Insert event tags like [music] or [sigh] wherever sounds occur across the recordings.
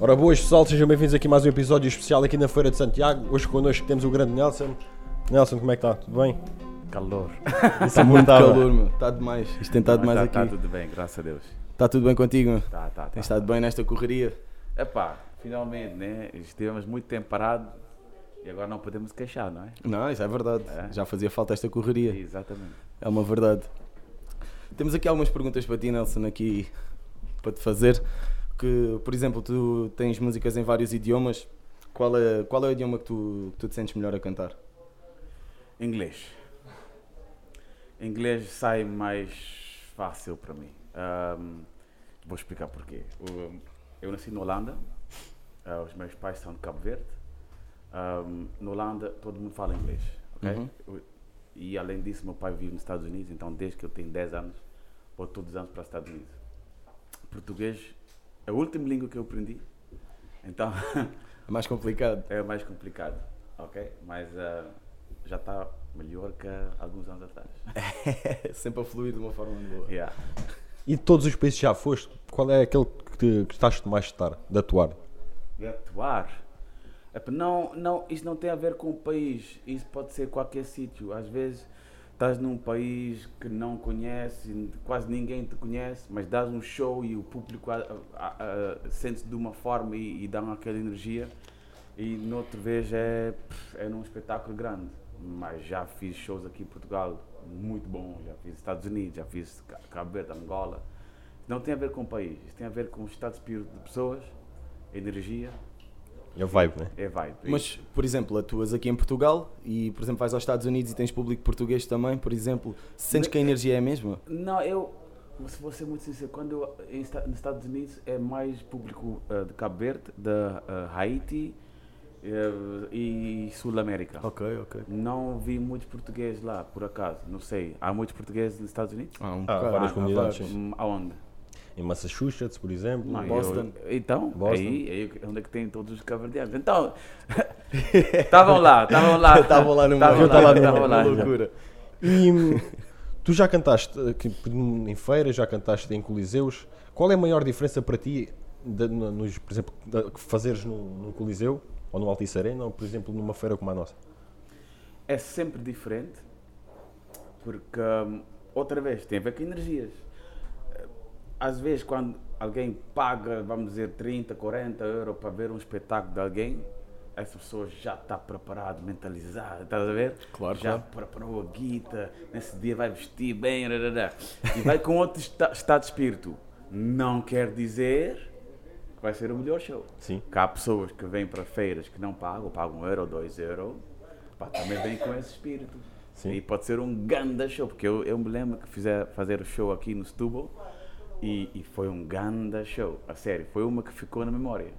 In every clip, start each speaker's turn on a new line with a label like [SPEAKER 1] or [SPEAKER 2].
[SPEAKER 1] Ora boas pessoal, sejam bem-vindos aqui a mais um episódio especial aqui na Feira de Santiago. Hoje connosco temos o grande Nelson. Nelson, como é que está? Tudo bem?
[SPEAKER 2] Calor.
[SPEAKER 3] Está muito Tá calor, meu. Está demais. Isto tem estado Tá demais
[SPEAKER 2] Está
[SPEAKER 3] aqui. Está
[SPEAKER 2] tá, tudo bem, graças a Deus.
[SPEAKER 3] tudo bem contigo, meu?
[SPEAKER 2] Tá, tá, tá.
[SPEAKER 3] Tens estado bem nesta correria?
[SPEAKER 2] Epá, finalmente, né? Estivemos muito tempo parado e agora não podemos queixar, não é?
[SPEAKER 3] Não, isso é verdade. Já fazia falta esta correria.
[SPEAKER 2] Exatamente.
[SPEAKER 3] É uma verdade. Temos aqui algumas perguntas para ti, Nelson, aqui para te fazer. Que, por exemplo, tu tens músicas em vários idiomas. Qual é, qual é o idioma que tu, que tu te sentes melhor a cantar?
[SPEAKER 2] Inglês. Inglês sai mais fácil para mim. Ahm, vou explicar porquê. O- Eu nasci na Holanda, ah, os meus pais são de Cabo Verde. Ahm, na Holanda todo mundo fala inglês, ok? O- E além disso, meu pai vive nos Estados Unidos, então desde que eu tenho 10 anos, vou todos os anos para os Estados Unidos. Português é a última língua que eu aprendi, então [laughs]
[SPEAKER 3] É mais complicado.
[SPEAKER 2] é o mais complicado, ok? Mas ah, já está melhor que há alguns anos atrás. [laughs]
[SPEAKER 3] Sempre a fluir de uma forma muito boa.
[SPEAKER 2] Yeah.
[SPEAKER 1] E de todos os países que já foste, qual é aquele que, te, que estás mais de estar, de atuar?
[SPEAKER 2] De atuar. Epá, É Não, não, isso não tem a ver com o país. Isso pode ser qualquer sítio. Às vezes estás num país que não conhece, quase ninguém te conhece, mas dás um show e o público a- a- a- sente-se de uma forma e, e dá aquela energia. E noutra vez é, pff, é num espetáculo grande. Mas já fiz shows aqui em Portugal muito bom. Já fiz Estados Unidos, já fiz Ca- Cabo Verde, Angola. Não tem a ver com o país. Isso tem a ver com o estado de espírito de pessoas, energia
[SPEAKER 1] É vibe, né?
[SPEAKER 2] é vibe.
[SPEAKER 3] Mas, por exemplo, atuas aqui em Portugal e, por exemplo, vais aos Estados Unidos e tens público português também, por exemplo, sentes que a energia é a mesma?
[SPEAKER 2] Não, eu. Se vou ser muito sincero, quando eu. Em, Esta- nos Estados Unidos é mais público eh, de Cabo Verde, de eh, Haiti eh, e Sul-América.
[SPEAKER 3] Ok, ok.
[SPEAKER 2] Não vi muitos portugueses lá, por acaso. Não sei. Há muitos portugueses nos Estados Unidos?
[SPEAKER 3] Ah, um
[SPEAKER 1] Ah,
[SPEAKER 3] bocado.
[SPEAKER 1] várias
[SPEAKER 3] Ah,
[SPEAKER 1] comunidades,
[SPEAKER 3] vários.
[SPEAKER 2] Hum, Aonde?
[SPEAKER 1] Em Massachusetts, por exemplo.
[SPEAKER 2] Não, eu-
[SPEAKER 3] Boston.
[SPEAKER 2] então,
[SPEAKER 1] Boston.
[SPEAKER 2] Aí, aí onde é que tem todos os cabardeados? Então, [laughs] estavam lá, estavam lá.
[SPEAKER 3] [laughs] Estavam lá no
[SPEAKER 2] Estavam
[SPEAKER 3] meio,
[SPEAKER 2] lá,
[SPEAKER 3] estavam
[SPEAKER 2] estavam
[SPEAKER 3] lá
[SPEAKER 2] lá.
[SPEAKER 3] numa loucura.
[SPEAKER 1] E hum, [laughs] tu já cantaste aqui em feiras, já cantaste em coliseus. Qual é a maior diferença para ti, de- no- nos, por exemplo, da- que fazeres num, num coliseu, ou num Altice Arena, ou por exemplo numa feira como a nossa?
[SPEAKER 2] é sempre diferente, porque hum, outra vez tem a ver com energias. Às vezes, quando alguém paga, vamos dizer, 30, 40 euros para ver um espetáculo de alguém, essa pessoa já está preparada, mentalizada, estás a ver?
[SPEAKER 3] Claro,
[SPEAKER 2] já preparou a guita, nesse dia vai vestir bem, rarará, e vai com outro esta- estado de espírito. Não quer dizer que vai ser o melhor show.
[SPEAKER 1] Sim.
[SPEAKER 2] Que há pessoas que vêm para feiras que não pagam, pagam um euro, dois euros, pá, também vêm com esse espírito.
[SPEAKER 1] Sim.
[SPEAKER 2] E pode ser um grande show, porque eu, eu me lembro que fizer fazer o show aqui no Setúbal e, e foi um grande show, a sério, foi uma que ficou na memória.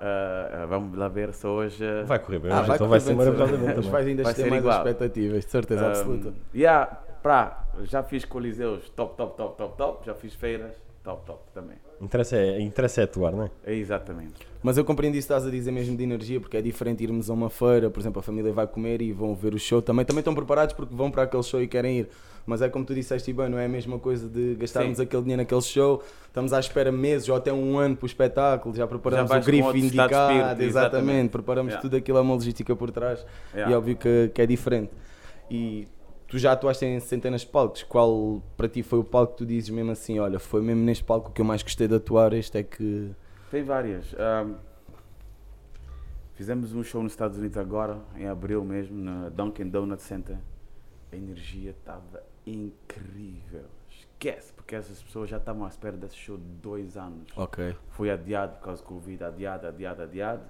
[SPEAKER 2] Ah, ah, vamos lá ver se hoje... ah,
[SPEAKER 1] Vai correr bem,
[SPEAKER 3] Ah,
[SPEAKER 1] hoje, então vai ser
[SPEAKER 3] correr bem,
[SPEAKER 1] maravilhosamente
[SPEAKER 3] Os [laughs]
[SPEAKER 1] também.
[SPEAKER 3] pais ainda
[SPEAKER 2] Vai
[SPEAKER 3] têm
[SPEAKER 2] ser
[SPEAKER 3] mais
[SPEAKER 2] igual. Ah,
[SPEAKER 3] expectativas, de certeza
[SPEAKER 2] Ahm,
[SPEAKER 3] absoluta.
[SPEAKER 2] hum, yeah, pra, já fiz coliseus top, top, top, top, top. Já fiz feiras top, top também.
[SPEAKER 1] Interessa é, interessa é atuar, não é?
[SPEAKER 2] É exatamente.
[SPEAKER 3] Mas eu compreendo isso que estás a dizer mesmo de energia, porque é diferente irmos a uma feira, por exemplo, a família vai comer e vão ver o show também. Também estão preparados porque vão para aquele show e querem ir. Mas é como tu disseste, e bem, não é a mesma coisa de gastarmos
[SPEAKER 2] Sim.
[SPEAKER 3] aquele dinheiro naquele show, estamos à espera meses ou até um ano para o espetáculo, já preparamos
[SPEAKER 2] vais
[SPEAKER 3] o
[SPEAKER 2] com um
[SPEAKER 3] grifo
[SPEAKER 2] outro estado de
[SPEAKER 3] indicado,
[SPEAKER 2] espírito,
[SPEAKER 3] exatamente,
[SPEAKER 2] exatamente.
[SPEAKER 3] preparamos
[SPEAKER 2] Yeah.
[SPEAKER 3] tudo aquilo, é uma logística por trás e
[SPEAKER 2] Yeah.
[SPEAKER 3] é óbvio que, que é diferente. E tu já atuaste em centenas de palcos, qual para ti foi o palco que tu dizes mesmo assim, olha, foi mesmo neste palco que eu mais gostei de atuar, este é que...
[SPEAKER 2] Tem várias. Ahm, fizemos um show nos Estados Unidos agora, em abril mesmo, na Dunkin' Donut Center. A energia estava incrível. Esquece, porque essas pessoas já estavam à espera desse show dois anos.
[SPEAKER 3] Ok.
[SPEAKER 2] Foi adiado por causa do Covid, adiado, adiado, adiado.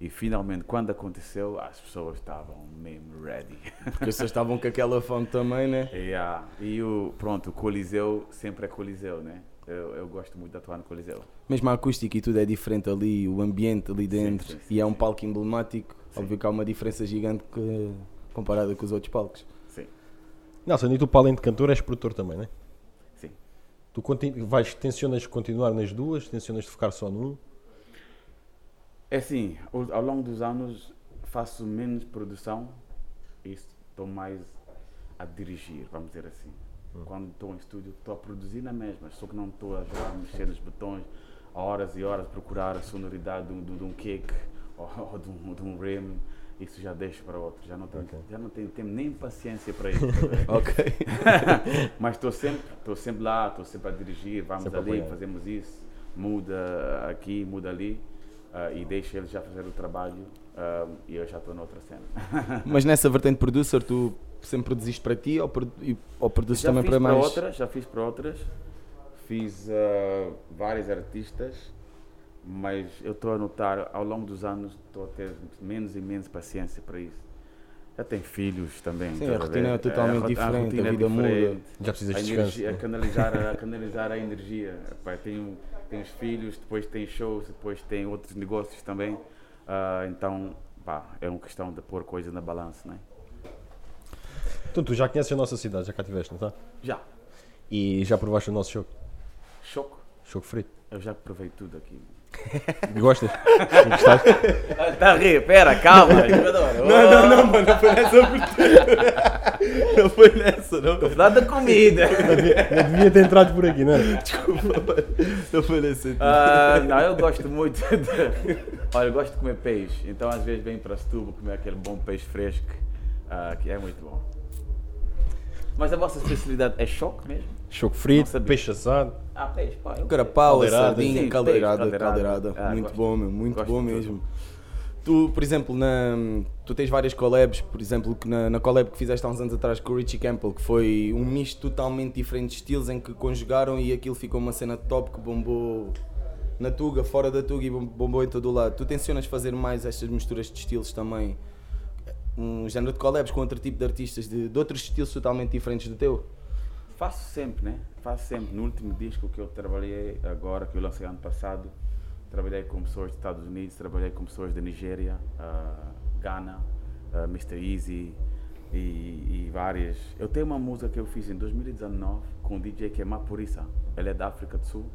[SPEAKER 2] E finalmente, quando aconteceu, as pessoas estavam mesmo ready. [laughs]
[SPEAKER 3] Porque as pessoas estavam com aquela fome também, né?
[SPEAKER 2] Yeah. E o, pronto, o Coliseu sempre é Coliseu, né? Eu, eu gosto muito de atuar no Coliseu.
[SPEAKER 3] Mesmo a acústica e tudo é diferente ali, o ambiente ali dentro.
[SPEAKER 2] sim,
[SPEAKER 3] e é um palco emblemático. Óbvio que há uma diferença gigante que- comparada com os outros palcos.
[SPEAKER 2] Sim,
[SPEAKER 1] Nelson, e tu para além de cantor és produtor também, não é?
[SPEAKER 2] sim.
[SPEAKER 1] Tu conti- vais, tensionas continuar nas duas, tensionas de focar só num.
[SPEAKER 2] É assim, ao, ao longo dos anos faço menos produção e estou mais a dirigir, vamos dizer assim. Quando estou em estúdio, estou a produzir na mesma, só que não estou a já mexer nos botões, horas e horas procurar a sonoridade de um, de um kick [laughs] ou, ou de, um, de um rim, isso já deixo para outro. Já não tenho,
[SPEAKER 1] Ok.
[SPEAKER 2] já não tenho, tempo nem paciência para isso. tá vendo?
[SPEAKER 3] Ok.
[SPEAKER 2] [laughs] Mas estou sempre, tô sempre lá, estou sempre a dirigir, vamos
[SPEAKER 1] Sempre a
[SPEAKER 2] ali,
[SPEAKER 1] apoiar.
[SPEAKER 2] fazemos isso, muda aqui, muda ali ah, e deixa ele já fazer o trabalho ah, e eu já estou noutra cena.
[SPEAKER 3] [laughs] [laughs] Mas nessa vertente producer, tu sempre produziste para ti ou, produ- e- ou produzes também
[SPEAKER 2] fiz
[SPEAKER 3] para mais.
[SPEAKER 2] outras, já fiz para outras, fiz ah, vários artistas, mas eu estou a notar ao longo dos anos estou a ter menos e menos paciência para isso. Já tem filhos também.
[SPEAKER 3] Sim,
[SPEAKER 2] estás
[SPEAKER 3] a rotina
[SPEAKER 2] ver?
[SPEAKER 3] é totalmente
[SPEAKER 2] ro-
[SPEAKER 3] diferente, a
[SPEAKER 2] rotina
[SPEAKER 3] vida muda.
[SPEAKER 1] Já precisas
[SPEAKER 2] a,
[SPEAKER 1] de descanso. né? é?
[SPEAKER 2] energia, a, canalizar, a- a canalizar a energia. Epá, tenho, tenho os filhos, depois tem shows, depois tem outros negócios também. Ah, então, pá, é uma questão de pôr coisa na balança, né?
[SPEAKER 1] Então, tu já conheces a nossa cidade, já cá estiveste, não está?
[SPEAKER 2] Já,
[SPEAKER 1] E já provaste o nosso choco,
[SPEAKER 2] choco,
[SPEAKER 1] choco frito.
[SPEAKER 2] eu já provei tudo aqui. [laughs]
[SPEAKER 1] Gostas?
[SPEAKER 2] Tá a rir, pera, calma. jogador.
[SPEAKER 3] Não, [laughs] não, não, mano, não foi nessa vertente. [laughs] Não foi nessa,
[SPEAKER 2] [laughs]
[SPEAKER 3] não.
[SPEAKER 2] Tô falando da comida.
[SPEAKER 1] Não devia ter entrado por aqui, não é?
[SPEAKER 3] Desculpa, mano. Não foi nessa.
[SPEAKER 2] Ah, não, eu gosto muito de. [laughs] Olha, eu gosto de comer peixe, então às vezes venho para Setúbal comer aquele bom peixe fresco, ah, que é muito bom. Mas a vossa especialidade é choque mesmo?
[SPEAKER 1] Choco
[SPEAKER 2] Não
[SPEAKER 1] frito,
[SPEAKER 2] sabia.
[SPEAKER 1] peixe assado.
[SPEAKER 2] Ah, peixe, pá. eu-
[SPEAKER 3] Carapau,
[SPEAKER 1] Caldeirada.
[SPEAKER 3] sardinha,
[SPEAKER 2] Sim,
[SPEAKER 3] caldeirada,
[SPEAKER 2] peixe,
[SPEAKER 3] caldeirada.
[SPEAKER 2] caldeirada. Ah,
[SPEAKER 3] muito
[SPEAKER 2] gosto.
[SPEAKER 3] bom, meu, muito
[SPEAKER 2] Gosto
[SPEAKER 3] bom
[SPEAKER 2] de tudo.
[SPEAKER 3] mesmo. Tu, por exemplo, na, tu tens várias collabs, por exemplo, que na, na collab que fizeste há uns anos atrás com o Richie Campbell, que foi um misto totalmente diferente de estilos em que conjugaram e aquilo ficou uma cena top que bombou na Tuga, fora da Tuga e bom- bombou em todo o lado. Tu tencionas fazer mais estas misturas de estilos também? Um género de collabs com outro tipo de artistas de, de outros estilos totalmente diferentes do teu?
[SPEAKER 2] Faço sempre, né? Faço sempre. No último disco que eu trabalhei agora, que eu lancei ano passado, trabalhei com pessoas dos Estados Unidos, trabalhei com pessoas da Nigéria, ah, Ghana, ah, Mr. Easy e, e várias. Eu tenho uma música que eu fiz em 2019 com um DJ que é Mapurissa. Ele é da África do Sul.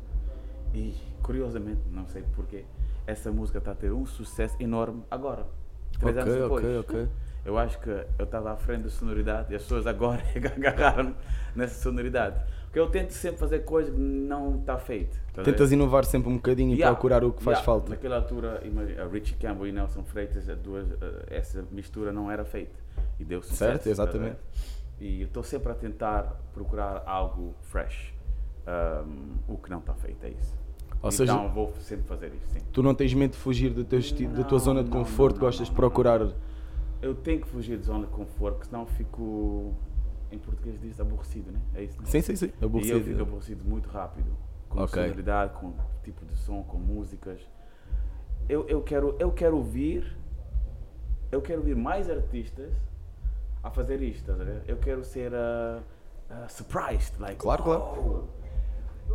[SPEAKER 2] E, curiosamente, não sei porquê, essa música está a ter um sucesso enorme agora. Três
[SPEAKER 3] Ok,
[SPEAKER 2] anos depois.
[SPEAKER 3] ok, ok.
[SPEAKER 2] Eu acho que eu estava à frente da sonoridade e as pessoas agora [laughs] é que agarraram nessa sonoridade. Porque eu tento sempre fazer coisa que não está feita. tá a ver?
[SPEAKER 3] Tentas inovar sempre um bocadinho e
[SPEAKER 2] Yeah,
[SPEAKER 3] procurar o que faz
[SPEAKER 2] yeah.
[SPEAKER 3] falta.
[SPEAKER 2] Naquela altura, imagina, a Richie Campbell e Nelson Freitas, as duas, eh, essa mistura não era feita. E deu sucesso.
[SPEAKER 3] Certo,
[SPEAKER 2] tá a ver?
[SPEAKER 3] exatamente.
[SPEAKER 2] E eu estou sempre a tentar procurar algo fresh. Ahm, o que não está feito, é isso.
[SPEAKER 3] Ou
[SPEAKER 2] então
[SPEAKER 3] seja-
[SPEAKER 2] vou sempre fazer isso, sim.
[SPEAKER 3] Tu não tens medo de fugir do teu esti- da tua
[SPEAKER 2] Não,
[SPEAKER 3] zona de
[SPEAKER 2] não,
[SPEAKER 3] conforto,
[SPEAKER 2] não,
[SPEAKER 3] gostas
[SPEAKER 2] não,
[SPEAKER 3] de procurar.
[SPEAKER 2] Eu tenho que fugir de zona de conforto, porque senão fico, em português diz, aborrecido, né? É isso, né?
[SPEAKER 3] Sim, sim, sim.
[SPEAKER 2] E eu fico
[SPEAKER 3] Aborrecido.
[SPEAKER 2] aborrecido muito rápido. Com
[SPEAKER 3] Ok.
[SPEAKER 2] sonoridade, com tipo de som, com músicas. Eu, eu, quero, eu quero ouvir, eu quero ouvir mais artistas a fazer isto, estás a ver? Eu quero ser ah, ah, surprised, like,
[SPEAKER 3] Claro, claro.
[SPEAKER 2] "Uau!"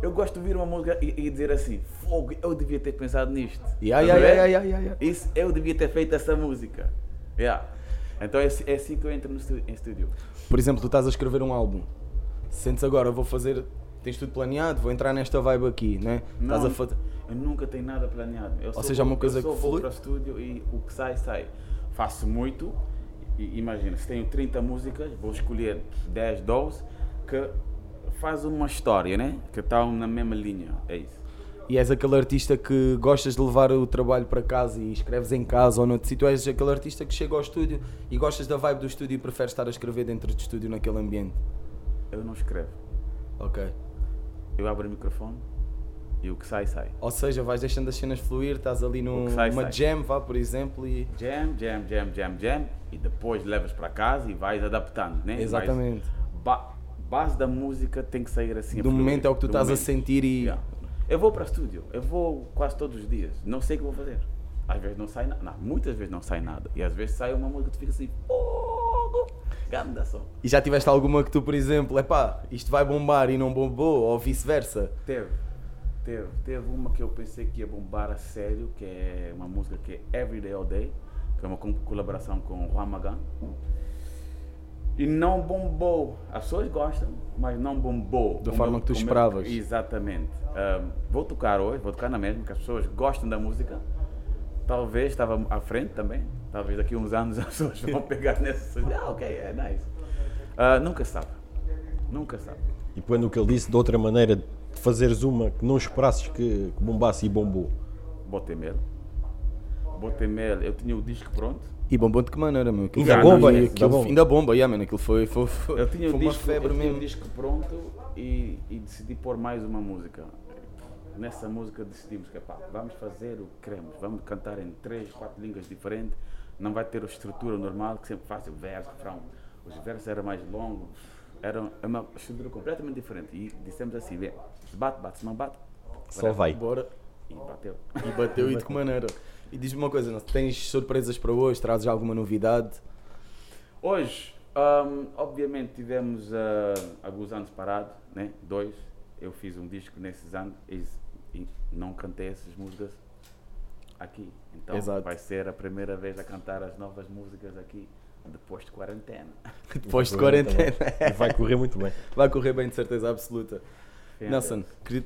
[SPEAKER 2] Eu gosto de ouvir uma música e, e dizer assim, fogo, eu devia ter pensado nisto.
[SPEAKER 3] Yeah,
[SPEAKER 2] Estás a ver?
[SPEAKER 3] yeah, yeah, yeah, yeah, yeah.
[SPEAKER 2] Isso, eu devia ter feito essa música. Yeah. Então é, assim- é assim que eu entro no estu- em estúdio.
[SPEAKER 3] Por exemplo, tu estás a escrever um álbum. Sentes agora, vou fazer. Tens tudo planeado, vou entrar nesta vibe aqui, né?
[SPEAKER 2] Não,
[SPEAKER 3] Estás a fazer.
[SPEAKER 2] Eu nunca tenho nada planeado. Eu só
[SPEAKER 3] seja, é uma
[SPEAKER 2] vou-
[SPEAKER 3] coisa
[SPEAKER 2] eu só
[SPEAKER 3] que
[SPEAKER 2] vou
[SPEAKER 3] flui.
[SPEAKER 2] para o estúdio e o que sai, sai. Faço muito. E, imagina, se tenho 30 músicas, vou escolher 10, 12 que faz uma história, né? Que estão na mesma linha. É isso.
[SPEAKER 3] E és aquele artista que gostas de levar o trabalho para casa e escreves em casa ou noutro sítio. És aquele artista que chega ao estúdio e gostas da vibe do estúdio e preferes estar a escrever dentro do estúdio naquele ambiente.
[SPEAKER 2] Eu não escrevo.
[SPEAKER 3] Ok.
[SPEAKER 2] Eu abro o microfone e o que sai, sai.
[SPEAKER 3] Ou seja, vais deixando as cenas fluir, estás ali
[SPEAKER 2] O
[SPEAKER 3] numa
[SPEAKER 2] que sai, sai.
[SPEAKER 3] jam, vá, por exemplo, e.
[SPEAKER 2] Jam, jam, jam, jam, jam. E depois levas para casa e vais adaptando, né? Vais-
[SPEAKER 3] Exatamente.
[SPEAKER 2] ba base da música tem que sair assim. a
[SPEAKER 3] Do
[SPEAKER 2] fluir,
[SPEAKER 3] momento é o que tu
[SPEAKER 2] do
[SPEAKER 3] estás a
[SPEAKER 2] momento.
[SPEAKER 3] sentir e.
[SPEAKER 2] Yeah. Eu vou para estúdio, eu vou quase todos os dias, não sei o que vou fazer. Às vezes não sai nada, muitas vezes não sai nada. E às vezes sai uma música que tu fica assim, oh, ganda som.
[SPEAKER 3] E já tiveste alguma que tu, por exemplo, é pá, isto vai bombar e não bombou, ou vice-versa?
[SPEAKER 2] Teve, teve, teve uma que eu pensei que ia bombar a sério, que é uma música que é Every Day All Day, que é uma co- colaboração com o Juan Magan. E não bombou. As pessoas gostam, mas não bombou.
[SPEAKER 3] Da
[SPEAKER 2] Como
[SPEAKER 3] forma
[SPEAKER 2] eu-
[SPEAKER 3] que tu
[SPEAKER 2] como eu-
[SPEAKER 3] esperavas.
[SPEAKER 2] exatamente. Ahm, vou tocar hoje, vou tocar na mesma, que as pessoas gostam da música. Talvez estava à frente também. Talvez daqui a uns anos as pessoas
[SPEAKER 3] [laughs]
[SPEAKER 2] vão pegar nessa. Ah, ok, é nice. Ah, nunca sabe. Nunca sabe.
[SPEAKER 1] E quando o que ele disse de outra maneira de fazeres uma que não esperasses que, que bombasse e bombou?
[SPEAKER 2] Botei mel. Botei mel, eu tinha o disco pronto.
[SPEAKER 3] E bombou de que maneira, meu? Aquilo
[SPEAKER 1] Ainda
[SPEAKER 3] foi-
[SPEAKER 2] bomba,
[SPEAKER 3] aquilo-
[SPEAKER 1] ainda bomba.
[SPEAKER 3] Ainda bomba, yeah, mano. Aquilo foi, foi, foi,
[SPEAKER 2] Eu tinha, o
[SPEAKER 3] foi uma
[SPEAKER 2] disco,
[SPEAKER 3] febre
[SPEAKER 2] eu tinha o
[SPEAKER 3] mesmo.
[SPEAKER 2] disco pronto e, e decidi pôr mais uma música. Nessa música decidimos que pá, vamos fazer o que queremos, vamos cantar em três, quatro línguas diferentes, não vai ter a estrutura normal que sempre faz o verso, refrão. Os versos eram mais longos, era uma estrutura completamente diferente. E dissemos assim, vê, se bate, bate, se não bate,
[SPEAKER 1] Só vai.
[SPEAKER 3] Bora.
[SPEAKER 2] e bateu.
[SPEAKER 3] E bateu e de que maneira. E diz-me uma coisa, não? tens surpresas para hoje? Trazes alguma novidade? [laughs]
[SPEAKER 2] Hoje, ahm, obviamente, tivemos ah, alguns anos parados, né? dois. Eu fiz um disco nesses anos e e não cantei essas músicas aqui. Então
[SPEAKER 3] Exato.
[SPEAKER 2] vai ser a primeira vez a cantar as novas músicas aqui depois de
[SPEAKER 3] [laughs]
[SPEAKER 2] quarentena.
[SPEAKER 3] Depois de quarentena. [laughs]
[SPEAKER 1] E vai correr muito
[SPEAKER 2] [laughs]
[SPEAKER 1] bem.
[SPEAKER 3] Vai correr bem, de certeza absoluta.
[SPEAKER 2] Fé
[SPEAKER 3] Nelson, queria-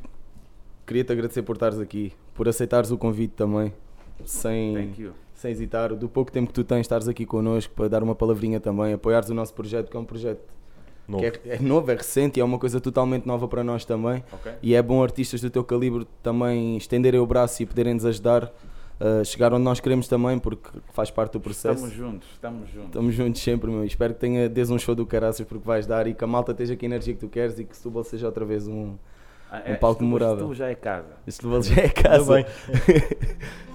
[SPEAKER 3] queria-te agradecer por estares aqui, por aceitares o convite também,
[SPEAKER 2] Thank
[SPEAKER 3] sem,
[SPEAKER 2] you.
[SPEAKER 3] sem hesitar. Do pouco tempo que tu tens, estares aqui connosco para dar uma palavrinha também, apoiares o nosso projeto, que é um projeto
[SPEAKER 1] Novo.
[SPEAKER 3] que é, é novo, é recente e é uma coisa totalmente nova para nós também.
[SPEAKER 2] Ok?
[SPEAKER 3] E é bom artistas do teu calibre também estenderem o braço e poderem nos ajudar a chegar onde nós queremos também, porque faz parte do processo.
[SPEAKER 2] Estamos juntos, estamos juntos.
[SPEAKER 3] Estamos juntos sempre, meu. Espero que tenha, des um show do caraças porque vais dar e que a malta esteja com a energia que tu queres e que Setúbal seja outra vez um.
[SPEAKER 2] Ah,
[SPEAKER 3] um palco
[SPEAKER 2] isto-
[SPEAKER 3] memorável.
[SPEAKER 2] isto já é casa.
[SPEAKER 3] Setúbal já é
[SPEAKER 2] [laughs]
[SPEAKER 3] casa. [laughs]
[SPEAKER 1] Ainda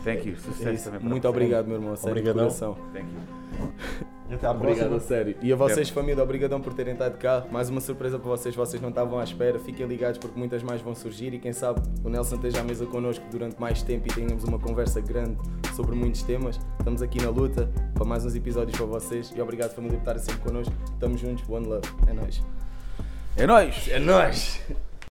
[SPEAKER 2] Thank you. Sucesso
[SPEAKER 3] É isso.
[SPEAKER 2] também para
[SPEAKER 3] Muito
[SPEAKER 2] vocês.
[SPEAKER 3] obrigado, meu irmão. a Sério, de
[SPEAKER 1] Obrigadão.
[SPEAKER 3] coração.
[SPEAKER 2] Thank you.
[SPEAKER 1] Até à
[SPEAKER 3] Obrigado, a
[SPEAKER 1] próxima.
[SPEAKER 3] sério. E a vocês, família, obrigadão por terem estado cá. Mais uma surpresa para vocês, vocês não estavam à espera. Fiquem ligados porque muitas mais vão surgir e quem sabe o Nelson esteja à mesa connosco durante mais tempo e tenhamos uma conversa grande sobre muitos temas. Estamos aqui na luta para mais uns episódios para vocês. E obrigado, família, por estarem sempre connosco. Estamos juntos. One love. É nóis.
[SPEAKER 2] É nóis!
[SPEAKER 3] É nóis.